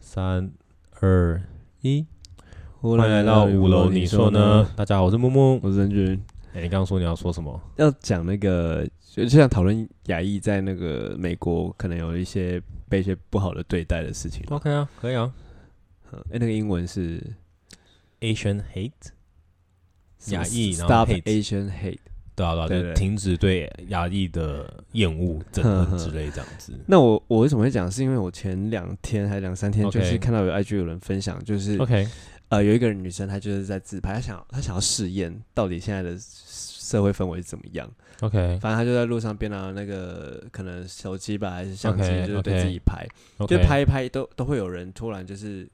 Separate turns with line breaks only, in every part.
三二一，
欢
欢迎来到五楼，你说呢？？大家好，我是木木。
我是任君，
哎、你刚刚说你要说什么？
要讲那个，就就想讨论亚裔在那个美国可能有一些被一些不好的对待的事情。哎、
OK 啊，可以啊。
诶那个英文是
Asian hate，亚裔然后
Stop
hate
Asian Hate。
对啊对啊，
对
就
对
停止对亚裔的厌恶、憎恨之类这样 子。
那我我为什么会讲？是因为我前两天还两三天，
OK
就是看到有 IG 有人分享，就是、
OK，
呃有一个女生，她就是在自拍，她想她想要试验到底现在的社会氛围是怎么样。
OK，
反正她就在路上边拿那个可能手机吧还是相机
OK，
就是对
OK
自己拍。就拍一拍都都会有人突然就是，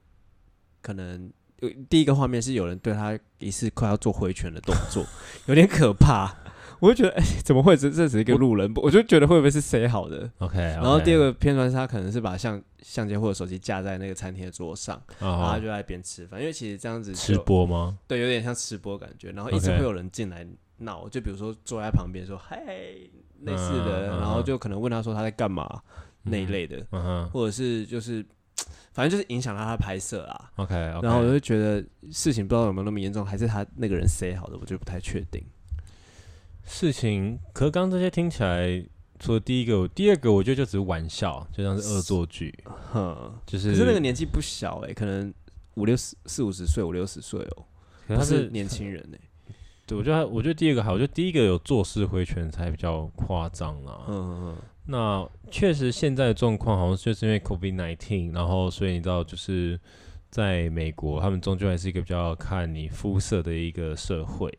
可能有第一个画面是有人对他疑似快要做挥拳的动 作，有点可怕。我就觉得，哎、怎么会这这只是一个路人？我就觉得会不会是谁好的？
OK。然
然后第二，个片段是他可能是把相相机或者手机架在那个餐厅的桌上，然后他
啊
就，在边吃饭，因为其实这样子
吃
就
播吗？
对，有点像吃播感觉。然后一直
OK
会有人进来闹，就比如说坐在旁边说“嗨”类似
嗯
的，
嗯
然后
嗯
就可能问他说他在干嘛那一
嗯
类的。
嗯哼
或者是就是，反正就是影响到他的拍摄啊。
，OK。
然后我就觉得事情不知道有没有那么严重，还是他那个人 say 好的，我就不太确定。
事情，可是刚刚这些听起来，除了第一个，第二个我觉得就只是玩笑，就像是恶作剧，
哼，
就是
可是那个年纪不小哎、可能五六十、四五十岁、五六十岁哦，
可是
不
他
是
是
年轻人哎、
对，我觉得他我觉得第二个好，我觉得第一个有做事挥拳才比较夸张啦。
嗯嗯
那确实现在的状况好像就是因为 COVID nineteen，然后所以你知道就是在美国，他们终究还是一个比较看你肤色的一个社会。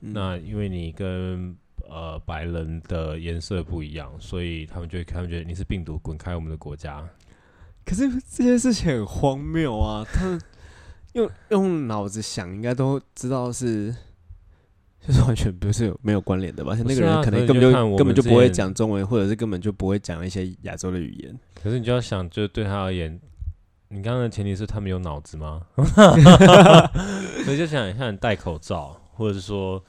嗯，
那因为你跟呃白人的颜色不一样，所以他们就会他们觉得你是病毒，滚开我们的国家。
可是这件事情很荒谬啊！ 他们用用脑子想，应该都知道是就是完全不是有没有关联的吧？而且
不
那个
是啊
人
所
可能
以
根本
就
就
看我
根本
们
就
之
不会
前
讲中文，或者是根本就不会讲一些亚洲的语言。
可是你就要想，就对他而言，你刚刚的前提是他们有脑子吗？ 所以就想一下，你戴口罩，或者是说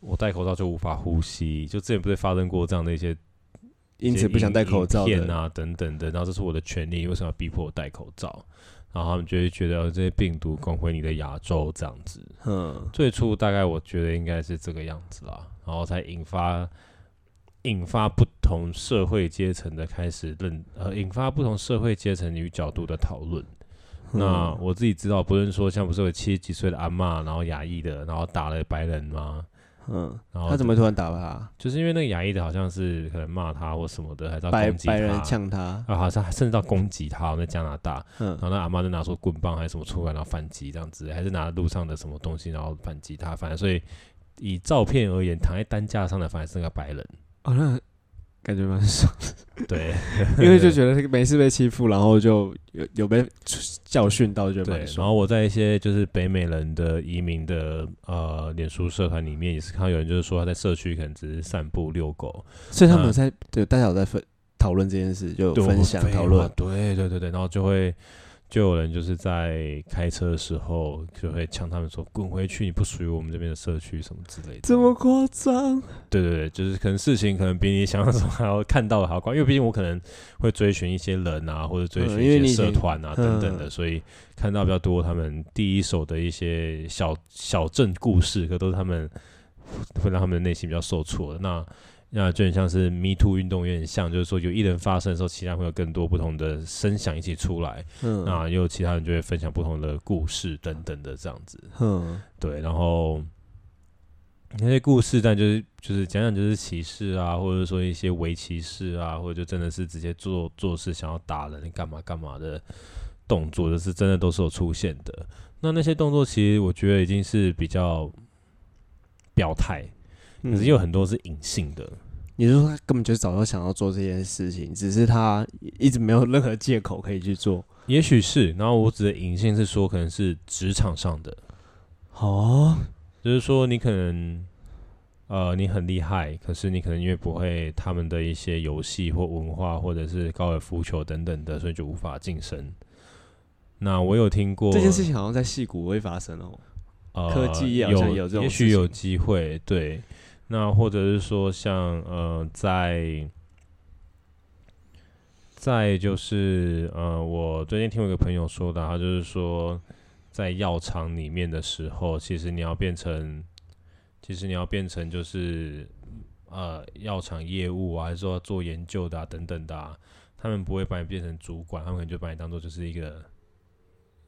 我戴口罩就无法呼吸，就之前不是发生过这样的一些
因此不想戴口罩
影片
的。
啊等等的，然后这是我的权利，为什么要逼迫我戴口罩？然后他们就会觉得哦这些病毒滚回你的亚洲这样子。
嗯，
最初大概我觉得应该是这个样子啦，然后才引发引发不同社会阶层的开始认呃，引发不同社会阶层与角度的讨论。
嗯
那我自己知道，不是说像不是有七十几岁的阿嬷，然后亚裔的，然后打了白人吗？
嗯，
然后
他怎么突然打他？
就是因为那个亚裔的好像是可能骂他或什么的，还是要
白
攻击他，
白人呛他，
啊，好像甚至到攻击他，在加拿大，
嗯
然后那阿妈就拿出棍棒还是什么出来，然后反击这样子，还是拿路上的什么东西然后反击他，反正所以以照片而言，躺在担架上的反而是那个白人，
哦，那感觉蛮爽，
对，
因为就觉得没事被欺负，然后就有有被教训到，就
对。
蛮
然
爽。
后我在一些就是北美人的移民的呃脸书社团里面，也是看到有人就是说他在社区可能只是散步遛狗，
所以
嗯
他们有在对大家有在分讨论这件事，就有
对
分享
废
讨
话
论。
对对对对，然后就会就有人就是在开车的时候就会呛他们说滚回去，你不属于我们这边的社区什么之类的。
这么夸张？
对对对，就是可能事情可能比你想象中还要看到的还要快，因为毕竟我可能会追寻一些人啊，或者追
嗯
寻
因为
一
你
些
已
社
经
团啊、等等的，
嗯
所以看到比较多他们第一手的一些小小镇故事，可都是他们会让他们的内心比较受挫的。那那就很像是 Me Too 运动，有点像，就是说有一人发生的时候，其他会有更多不同的声响一起出来，
嗯
那也有其他人就会分享不同的故事等等的这样子。
哼，
对，然后那些故事，但就是就是讲讲就是歧视啊，或者说一些围歧视啊，或者就真的是直接做做事想要打人干嘛干嘛的动作，就是真的都是有出现的。那那些动作其实我觉得已经是比较表态，可
嗯
是也有很多是隐性的。
你是说他根本就早就想要做这件事情，只是他一直没有任何借口可以去做。
也许是，然后我指的隐性是说，可能是职场上的，
哦，
就是说你可能呃你很厉害，可是你可能因为不会他们的一些游戏或文化，或者是高尔夫球等等的，所以就无法晋升。那我有听过
这件事情好像在戏骨会发生哦。
呃，
科技业好像有这种
也
事
许有
情
机会对。那或者是说像呃，在再就是呃，我最近听我一个朋友说的啊，他就是说在药厂里面的时候，其实你要变成，其实你要变成就是呃药厂业务啊，还是说做研究的啊等等的、啊，他们不会把你变成主管，他们可能就把你当做就是一个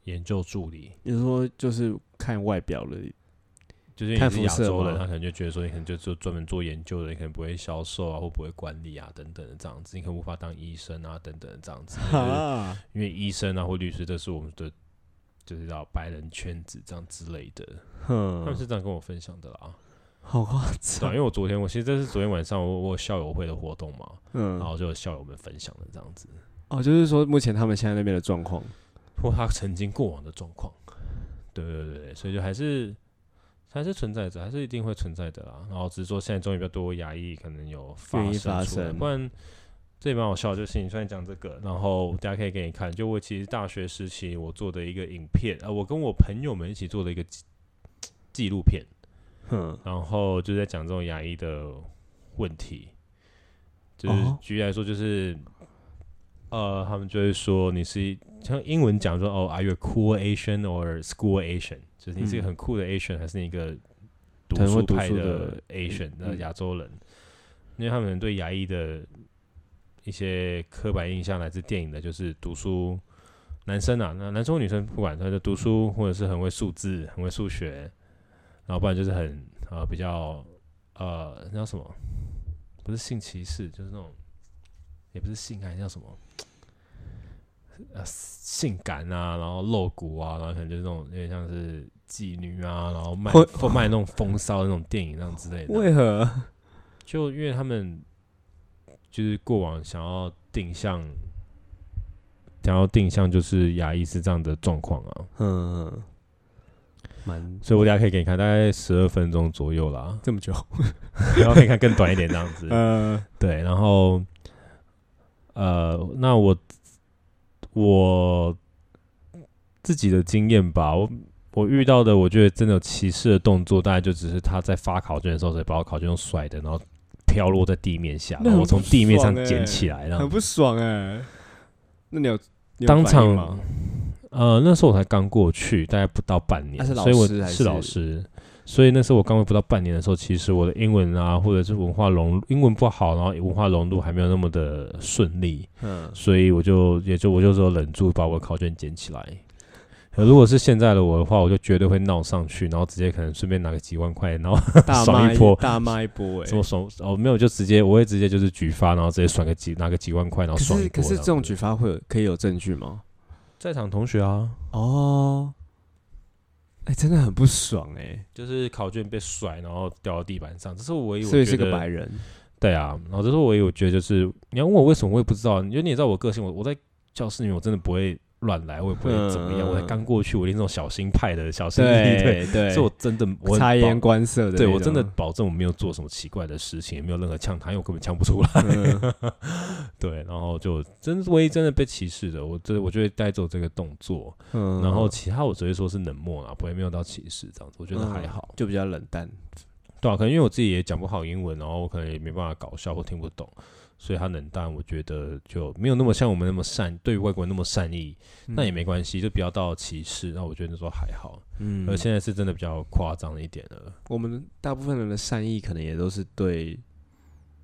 研究助理。
你是说就是看外表了，
就是你
看
是
肤
亚
色
洲人，
吗
他可能就觉得说你可能就就专门做研究的，你可能不会销售啊，或不会管理啊等等的这样子，你可能无法当医生啊等等的这样 子，就是
啊，
因为医生啊或律师，这是我们的就是叫白人圈子这样之类的，他们
哼，
是这样跟我分享的 啦。
好夸
对啊，
张
因，为我昨天我其实这是昨天晚上我我有校友会的活动嘛，
嗯
然，后就有校友们分享的这样子，
哦，就是说目前他们现在那边的状况，
或他曾经过往的状况。对对对对，所以就还是还是存在着，还是一定会存在的啦。然后只是说现在终于比较多牙医可能有发
愿意发
生出来，
生
不然这也蛮好笑的。就是你突然讲这个，然后大家可以给你看，就我其实大学时期我做的一个影片，呃，我跟我朋友们一起做的一个纪纪录片，
哼，
然后就在讲这种牙医的问题，就是
哦
举例来说，就是、呃，他们就会说你是像英文讲说哦，Are you a cool Asian or school Asian？就是你是一个
嗯
很酷的 Asian，、还是你一个读
可能会
书
读
派
书
的
的
Asian 的
嗯
亚洲人？因为他们对牙医的一些刻板印象来自电影的，就是读书。男生啊，那男生或女生不管，他就读书或者是很会数字、很会数学，然后不然就是很呃比较呃那叫什么，不是性歧视，就是那种也不是性爱，叫什么呃性感啊，然后露骨啊，然后可能就是那种有点像是妓女啊，然后卖
会
或卖那种风骚的那种电影那样之类的。
为何？
就因为他们就是过往想要定向，想要定向就是牙医是这样的状况啊，
嗯，蛮
所以我等一下可以给你看，大概十二分钟左右啦，
这么久，
然后可以看更短一点这样子。
呃，
对，然后呃，那我我自己的经验吧，我我遇到的，我觉得真的有歧视的动作，大概就只是他在发考卷的时候，所以把我考卷用甩的，然后飘落在地面下，
那
然后
很
我从
不
地面上
爽欸
捡起来，然后
很不爽哎、那你有你有
当
反应
场
吗？
呃，那时候我才刚过去，大概不到半年，
啊是老
所以我
师还
是老
是
师，所以那时候我刚过不到半年的时候，其实我的英文啊，或者是文化融英文不好，然后文化融入还没有那么的顺利，
嗯，
所以我就也就我就说忍住把我的考卷捡起来。呃如果是现在的我的话，我就绝对会闹上去，然后直接可能顺便拿个几万块，然后
大
爽
骂
一波
大骂一波 哎、
什么爽哦没有就直接我会直接就是举发，然后直接甩个几拿个几万块，然
可
后爽一
是
波
可
样子。
是这种举发会有可以有证据吗？
在场同学啊，
哦，哎、真的很不爽哎、
就是考卷被甩，然后掉到地板上，这是我唯一我
所以
觉
是个
得
白人，
对啊，然后这是我也有觉得，就是你要问我为什么，我也不知道。因为你也知道我个性，我我在教室里面我真的不会乱来，我也不会怎么样。
嗯
我才刚过去，我一定是那种小心派的小心翼翼，对，
对对，
所以我真的我
察言
保
观色的那
对
种，
我真的保证我没有做什么奇怪的事情，也没有任何呛他，因为我根本呛不出来。
嗯
对，然后就真唯一真的被歧视的，我这我就会带走这个动作，
嗯
然后其他我只会说是冷漠啊啦，不会没有到歧视这样子，我觉得还好。
就比较冷淡，
对啊，可能因为我自己也讲不好英文，然后我可能也没办法搞笑或听不懂，所以他冷淡，我觉得就没有那么像我们那么善，对于外国人那么善意，那也没关系，就不要到歧视。那我觉得那时候还好，
嗯，
而现在是真的比较夸张一点了。
我们大部分人的善意可能也都是对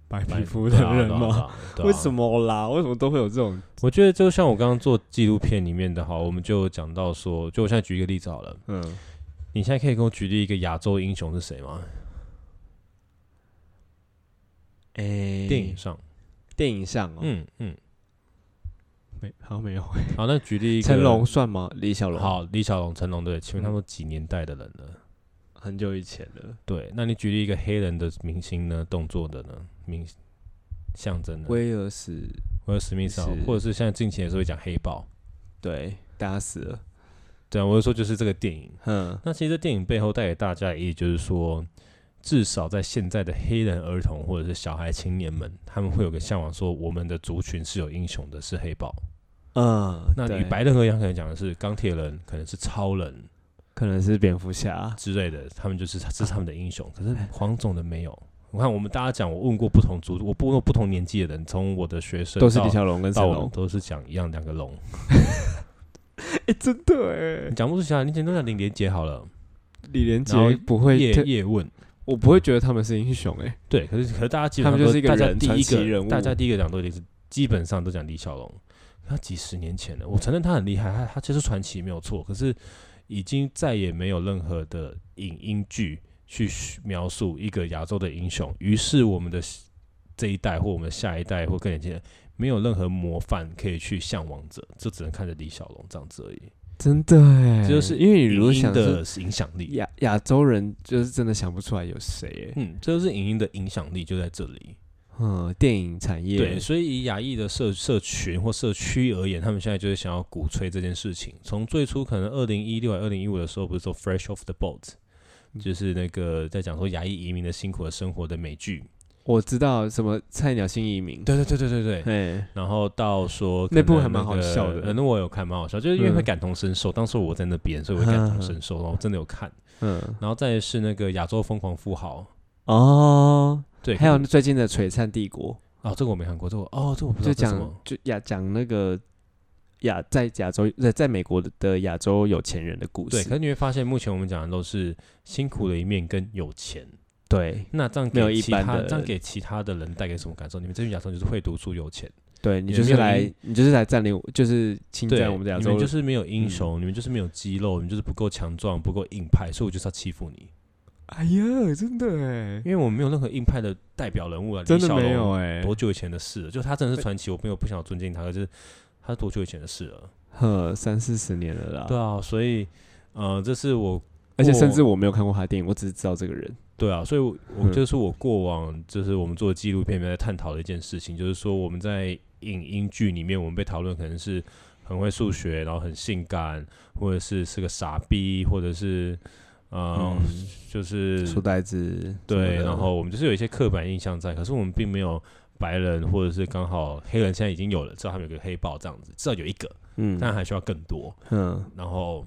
白
白
皮肤的人
对啊对
嘛？
啊对啊
为什么啦？为什么都会有这种？
我觉得就像我刚刚做纪录片里面的哈，我们就讲到说，就我现在举一个例子好了，
嗯，
你现在可以给我举例一个亚洲英雄是谁吗？
哎、
电影上，
电影上哦，
嗯嗯，
没好像没有。
好，那举例一个
成龙，算吗？李小龙，，
好，李小龙、成龙，对，请问他们都几年代的人了？
很久以前了。
对，那你举例一个黑人的明星呢？动作的呢？明象征的，
威尔史
或者史密斯啊，
是
或者是现在近期也是会讲黑豹。
对打死了，
对啊，我就说就是这个电影。
哼，
那其实这电影背后带给大家的意义就是说，至少在现在的黑人儿童或者是小孩青年们，他们会有个向往，说我们的族群是有英雄的，是黑豹。
嗯，
那
对
与白人而言，可能讲的是钢铁人，可能是超人
可能是蝙蝠侠，哎
之类的，他们就是这是他们的英雄。可是黄种的没有，我看我们大家讲，我问过不同族，我不过不同年纪的人，从我的学生
都是
到
李小龙跟
到
成
我们
龙，
都是讲一样两个龙，
哎，真的
你讲不出其他，你简单讲林连杰好了，
哎，李连
然后
杰不会
叶
特，
叶问。
我不会觉得他们是英雄哎，
对，可是可是大家基本
他
上
们就是一个
都大家
人
第
传
一
奇
个
人物
大家第一个讲都一定是基本上都讲李小龙，他几十年前了，我承认他很厉害，他他就是传奇没有错，可是已经再也没有任何的影音剧去描述一个亚洲的英雄，于是我们的这一代或我们下一代或更年轻人。没有任何模范可以去向往着，就只能看着李小龙这样子而已。
真的哎，
这就是
因为你如果
影音
想是
的影响力，
亚亚洲人，就是真的想不出来有谁哎，
嗯，这就是影音的影响力就在这里。
嗯，电影产业
对，所以以亚裔的社社群或社区而言，他们现在就是想要鼓吹这件事情。从最初可能二零一六、二零一五的时候，不是说 “fresh off the boat”，
嗯
就是那个在讲说亚裔移民的辛苦的生活的美剧。
我知道什么菜鸟新移民，
对对对对对对。
哎，
然后到说可
那部
能
还蛮好
个
笑的
呃那我有看，蛮好笑，就是因为
嗯
会感同身受。当时我在那边，所以我会感同身受，然后我真的有看。
嗯，
然后再来是那个亚洲疯狂富豪，
哦，
对，
还有
可是
最近的《璀璨帝国
哦，这个我没看过，这个我哦，这个我不》，知道
就
这是什么
讲。就亚讲那个亚在亚洲在在美国的亚洲有钱人的故
对，
事
可，是你会发现，目前我们讲的都是辛苦的一面跟有钱。
对
那这样
没有
给
一
其
般
他
的
这样给其他的人带给什么感受？你们这群亚洲人就是会读书有钱，
对，你
也
就是
没有
来
因
你就是来占领我，就是侵
对，
啊占我们的亚
你
洲
们，就是没有英
嗯
雄，你们就是没有肌肉，你们就是不够强壮，不够硬派，所以我就是要欺负你，
哎呀，真的哎，
因为我没有任何硬派的代表人物啊，
真
李
的
小龙
没有哎，
多久以前的事了？就他真的是传奇，我没有不想尊敬他，可是他多久以前的事了？
呵，三四十年了啦，
对啊，所以呃，这是我
而且
我
甚至我没有看过他的电影，我只是知道这个人，
对啊，所以我，我
嗯
这是我过往就是我们做纪录片里面在探讨的一件事情，就是说我们在影音剧里面，我们被讨论可能是很会数学，然后很性感，或者是是个傻逼，或者是呃，
嗯
就是
书呆子，
对，然后我们就是有一些刻板印象在，可是我们并没有白人或者是刚好黑人现在已经有了，至少他们有个黑豹这样子，至少有一个，
嗯
但还需要更多。
嗯。
然后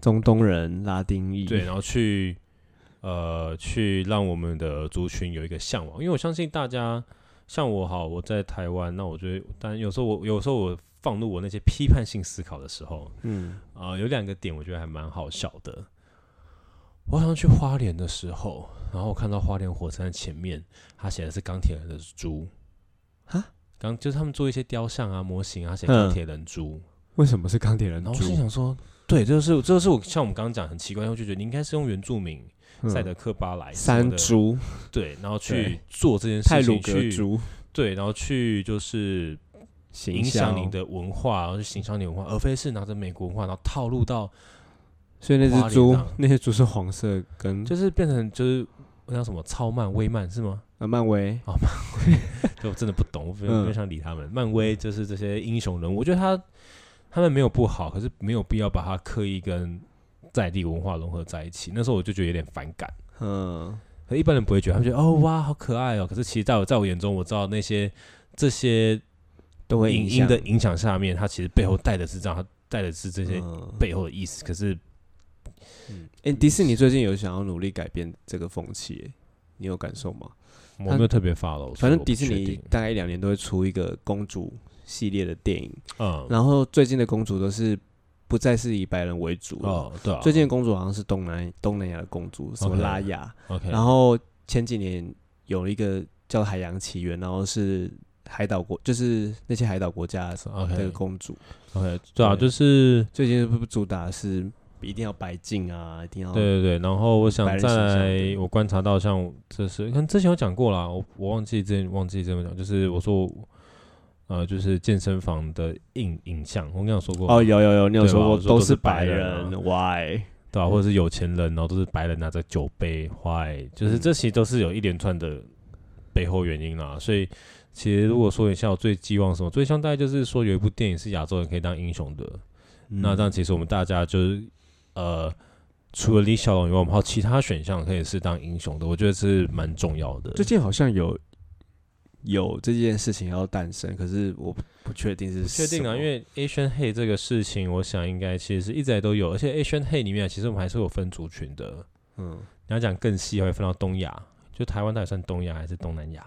中东人、拉丁裔，
对，然后去呃去让我们的族群有一个向往，因为我相信大家像我好，我在台湾，那我觉得，但有时候我有时候我放入我那些批判性思考的时候，
嗯，
啊，有两个点我觉得还蛮好笑的。我好像去花莲的时候，然后我看到花莲火车站前面，它写的是钢铁人的猪，
哈，
钢就是他们做一些雕像啊、模型啊，它写
嗯
钢铁人猪，
为什么是钢铁人
然后我心想说，对，这就是这就是我像我们刚刚讲很奇怪，我就觉得你应该是用原住民赛德克巴莱什
嗯山
么的
猪、
对，然后去
对
做这件
泰
事
鲁
情，
格
去
猪
对，然后去就是影
形
响
象
你，的文化，然后去影响你的文化，而非是拿着美国文化，然后套路到
所以那
花莲
只猪
这样，
那些猪是黄色跟
就是变成就是那叫什么超漫威漫是 吗？
呃漫威，
对我真的不懂，我没有
嗯
没有想理他们。漫威就是这些英雄人物，我觉得他他们没有不好，可是没有必要把它刻意跟在地文化融合在一起。那时候我就觉得有点反感。
嗯，
可一般人不会觉得，他们觉得哦哇好可爱哦。可是其实在我在我眼中，我知道那些这些
都会
影音
响
的影响下面，它其实背后带的是这样，它带的是这些
嗯
背后的意思。可是
嗯哎，迪士尼最近有想要努力改变这个风气，欸你有感受吗？
我没有特别发了，
反正迪士尼大概一两年都会出一个公主系列的电影，
嗯
然后最近的公主都是不再是以白人为主了
哦对啊，
最近的公主好像是东南东南亚的公主，什么
OK
拉雅
哦 OK
然后前几年有一个叫《海洋奇缘》，然后是海岛国，就是那些海岛国家的
OK
公主，
OK 对啊，
对
就是
最近是不是主打是一定要白净啊，一定要
对对对，然后我
白
想
人
再
形象
来
对，
我观察到像这是，可能之前有讲过啦，我我忘记之前忘记这么讲，就是我说我呃，就是健身房的影影像，我跟你有说过吗
哦，有有有，你有
对吧
说
我
过
说都
是
是
白
白
人
人啊
w h y
对啊，或者是有钱人，然后都是白人拿着酒杯坏，就是
嗯
这其实都是有一连串的背后原因啦。所以其实如果说一下我最寄望什么，最希望大概就是说有一部电影是亚洲人可以当英雄的，
嗯
那这样其实我们大家就是呃。除了李小龙以外，我们还有其他选项可以是当英雄的，我觉得是蛮重要的。
最近好像有有这件事情要诞生，可是我不不确定是
不确定
什
啊，
么
因为 Asian Hate 这个事情，我想应该其实是一直以来都有，而啊且 Asian Hate 里面其实我们还是有分族群的。
嗯
你要讲更细，还会分到东亚，就台湾到底算东亚还是东南亚？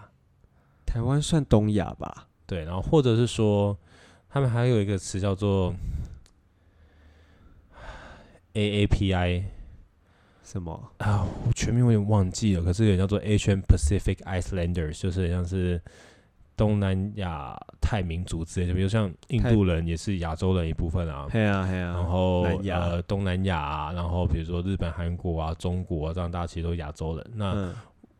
台湾算东亚吧？
对，然后或者是说，他们还有一个词叫做 A A P I
什么？
啊，我全名我有点忘记了，可是也叫做 Asian Pacific Islanders，就是很像是东南亚泰民族之类的，比如像印
泰
度人也是亚洲的一部分啊。
嘿啊嘿啊，
然后
南亚
呃东南亚、啊，然后比如说日本、韩国啊、中国啊，这样大家其实都是亚洲人。那、
嗯，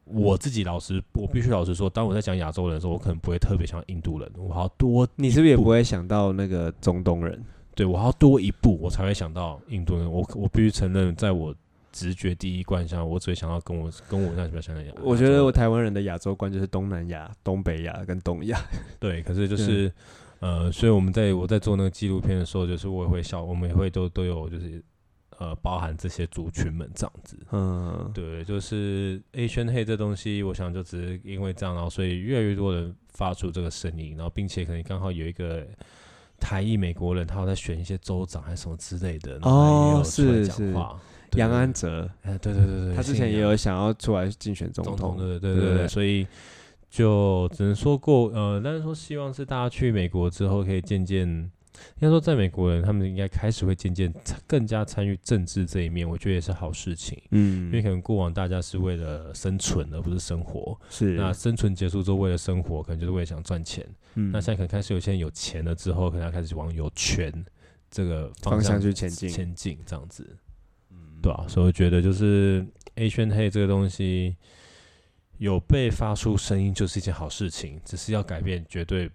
我自己老实，我必须老实说，当我在讲亚洲人的时候，我可能不会特别想印度人，我还要多
你是不是也不会想到那个中东人？
对我还要多一步，我才会想到印度人。我我必须承认，在我直觉第一观下，我只会想到跟我跟我那比较像的亚。
我觉
亚
得我
洲人
台湾人的亚洲观就是东南亚、东北亚跟东亚。
对，可是就是、
嗯
呃，所以我们在我在做那个纪录片的时候，就是我也会笑，我们也会都都有就是呃包含这些族群们这样子。
嗯，
对，就是 A 圈黑这东西，我想就只是因为这样，然后所以越来越多人发出这个声音，然后并且可能刚好有一个台裔美国人，他有在选一些州长还是什么之类的，然后他也
哦
有出来
是
讲
是
话。对
杨安，哲，
哎，对对对对，
他之前
姓
也
杨
有想要出来竞选总
总
统
统，。对对
对
对
不
对，
对
所以就只能说过，呃，但是说希望是大家去美国之后可以渐渐，应该说在美国人他们应该开始会渐渐更加参与政治这一面，我觉得也是好事情。因为
嗯，
可能过往大家是为了生存而不是生活，
是
那生存结束之后为了生活，可能就是为了想赚钱。
嗯
那现在可能开始有些人有钱了之后，可能要开始往有权这个
方
向
向去前进嗯
前进这样子，对啊，所以我觉得就是 A 圈黑这个东西有被发出声音就是一件好事情，只是要改变绝对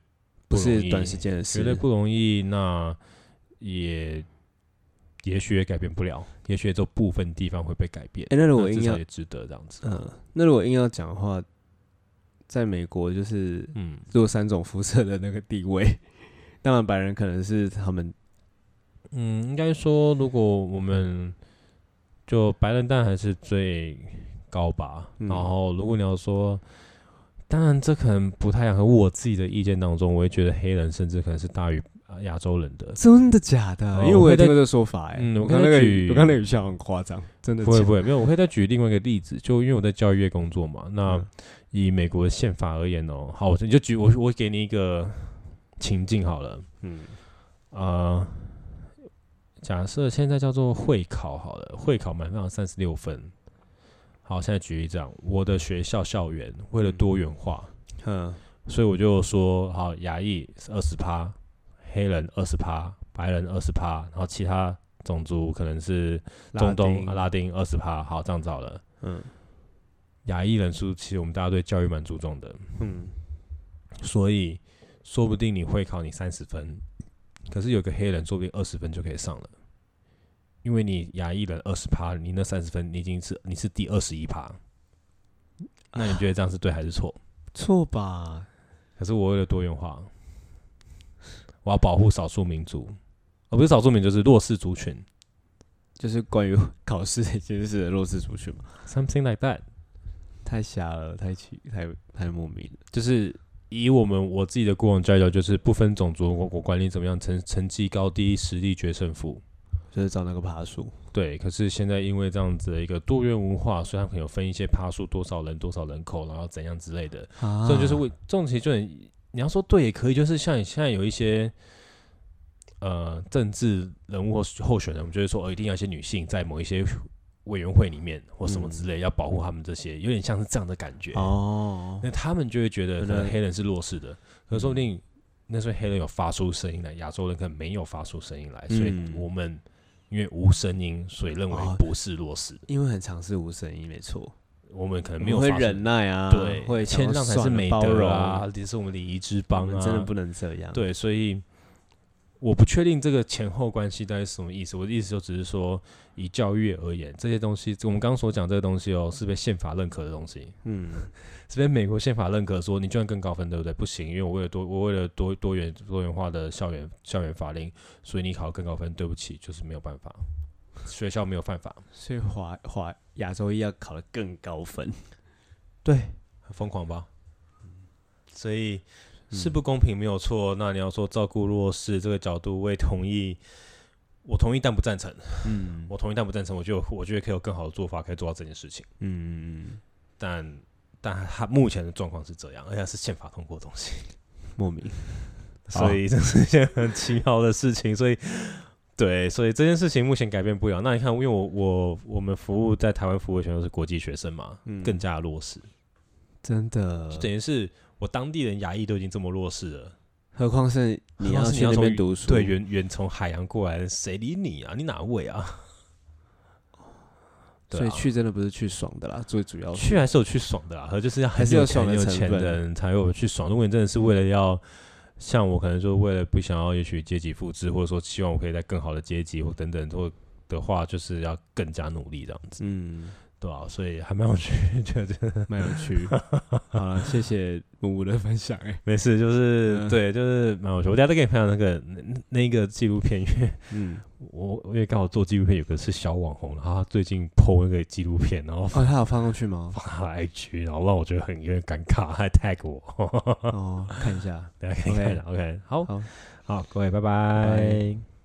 不
容
是
易
短时间的
绝
事
对。不容易，那也也许也改变不了，也许也只有部分地方会被改变。
哎，那如
那
果
至
硬
少
要
也值得这样子。
嗯，那如果硬要讲的话，在美国就是
嗯，
做三种肤色的那个地位， 当然白人可能是他们
嗯，应该说，如果我们就白人蛋还是最高吧。
嗯
然后，如果你要说，当然这可能不太一样。和我自己的意见当中，我会觉得黑人甚至可能是大于呃亚洲人的。
真的假的？
哦
因为
我
我
会
也
在
听过这个说法，哎，
嗯我
我刚
会
那
在
个
举
语我刚那个语效很夸张，真的
不会
假的
不会，没有，我可以再举另外一个例子，就因为我在教育业工作嘛。那
嗯
以美国的宪法而言哦，好，我就你就举我我给你一个情境好了。
嗯
呃，假设现在叫做会考好了，会考满分三十六分。好，现在举例这样，我的学校校园为了
嗯
多元化，
嗯
所以我就说，好，亚裔二十趴，黑人二十趴，白人二十趴，然后其他种族可能是中东啊
拉丁
拉丁二十趴。好，这样子好了。
嗯
亚裔人数其实我们大家对教育蛮注重的，
嗯
所以说不定你会考你三十分，可是有个黑人说不定二十分就可以上了，因为你亚裔人二十趴，你那三十分你已经是你是第二十一趴，那你觉得这样是对还是错？
错吧？
可是我为了多元化，我要保护少数民族，而不是少数民族就是弱势族群
就是关于考试这件事的弱势族群嘛，
，something like that。
太瞎了，太奇，太太莫名了。
就是以我们我自己的过往教育，就是不分种族，我我管你怎么样，成成绩高低，实力决胜负。
就是找那个爬树，
对，可是现在因为这样子的一个多元文化，所以它可能有分一些趴数多少人、多少人口，然后怎样之类的。
啊
这、以就是为这种其实就很，你要说对也可以，就是像你现在有一些呃政治人物或候选人，我们就会说哦，一定要一些女性在某一些委员会里面或什么之类，要保护他们这些，有点像是这样的感觉。
嗯哦，
那他们就会觉得
可
可能
能
黑人是弱势的，可
嗯
是说不定那时候黑人有发出声音来，亚洲人可能没有发出声音来，所以
嗯
我们因为无声音，所以认为
哦
不是弱势，
因为很尝试无声音，没错，
我们可能没
没
有
有会
发出
忍耐啊，
对，
会想
谦
要
让才是
算了
美
包
德
容
啊，，这是我们礼仪之
我
邦
们
啊，
真的不能这样。，
对，所以我不确定这个前后关系到底是什么意思。我的意思就只是说，以教育而言，这些东西我们刚刚所讲这个东西哦，是被宪法认可的东西。
嗯，
这边美国宪法认可说，你就算更高分，对不对？不行，因为我为了多，我为了多多元多元化的校园校园法令，所以你考更高分，对不起，就是没有办法，学校没有办法，
所以华华亚洲一要考得更高分，
很疯狂吧？所以是不公平没有错。那你要说照顾弱势这个角度，我也同意，我同意但不赞成，
嗯
我同意但不赞成。我觉得我觉得可以有更好的做法，可以做到这件事情，
嗯，
但但他目前的状况是这样，而且是宪法通过的东西，
莫名。好
所以这是一件很奇妙的事情。所以，对，所以这件事情目前改变不了。那你看，因为我我我们服务在台湾服务的全都是国际学生嘛，
嗯
更加的弱势，
真的
就，等于是我当地人牙医都已经这么弱势了，
何况是你
何况
要
是你
去
要
那边
从
读书，
对，远远从海洋过来，谁理你啊？你哪位啊？ 对
所以
啊
去真的不是去爽的啦，最主要是
去还是有去爽的啦，和就是要
还是有爽的
很有
成
钱的
分
人才有去爽。如果你真的是为了要像我，可能说为了不想要也许阶级复制，或者说希望我可以在更好的阶级或等等或的话，就是要更加努力这样子，
嗯，
对啊，所以还蛮有趣，觉得
蛮有 趣。好了，谢谢木木的分享、哎，
没事，就是、
嗯
对，就是蛮有趣。我等一下再给你分享那个那那个纪录片，因为
嗯，
我我也刚好做纪录片，有个是小网红，然后他最近 PO 那个纪录片，然后放
哦，他有放上去吗？
他的 IG，然后让我觉得很有点尴尬，还 tag 我。
哦，看一下。
大家可以看一下。OK，好，
好，
好，各位，拜拜。
拜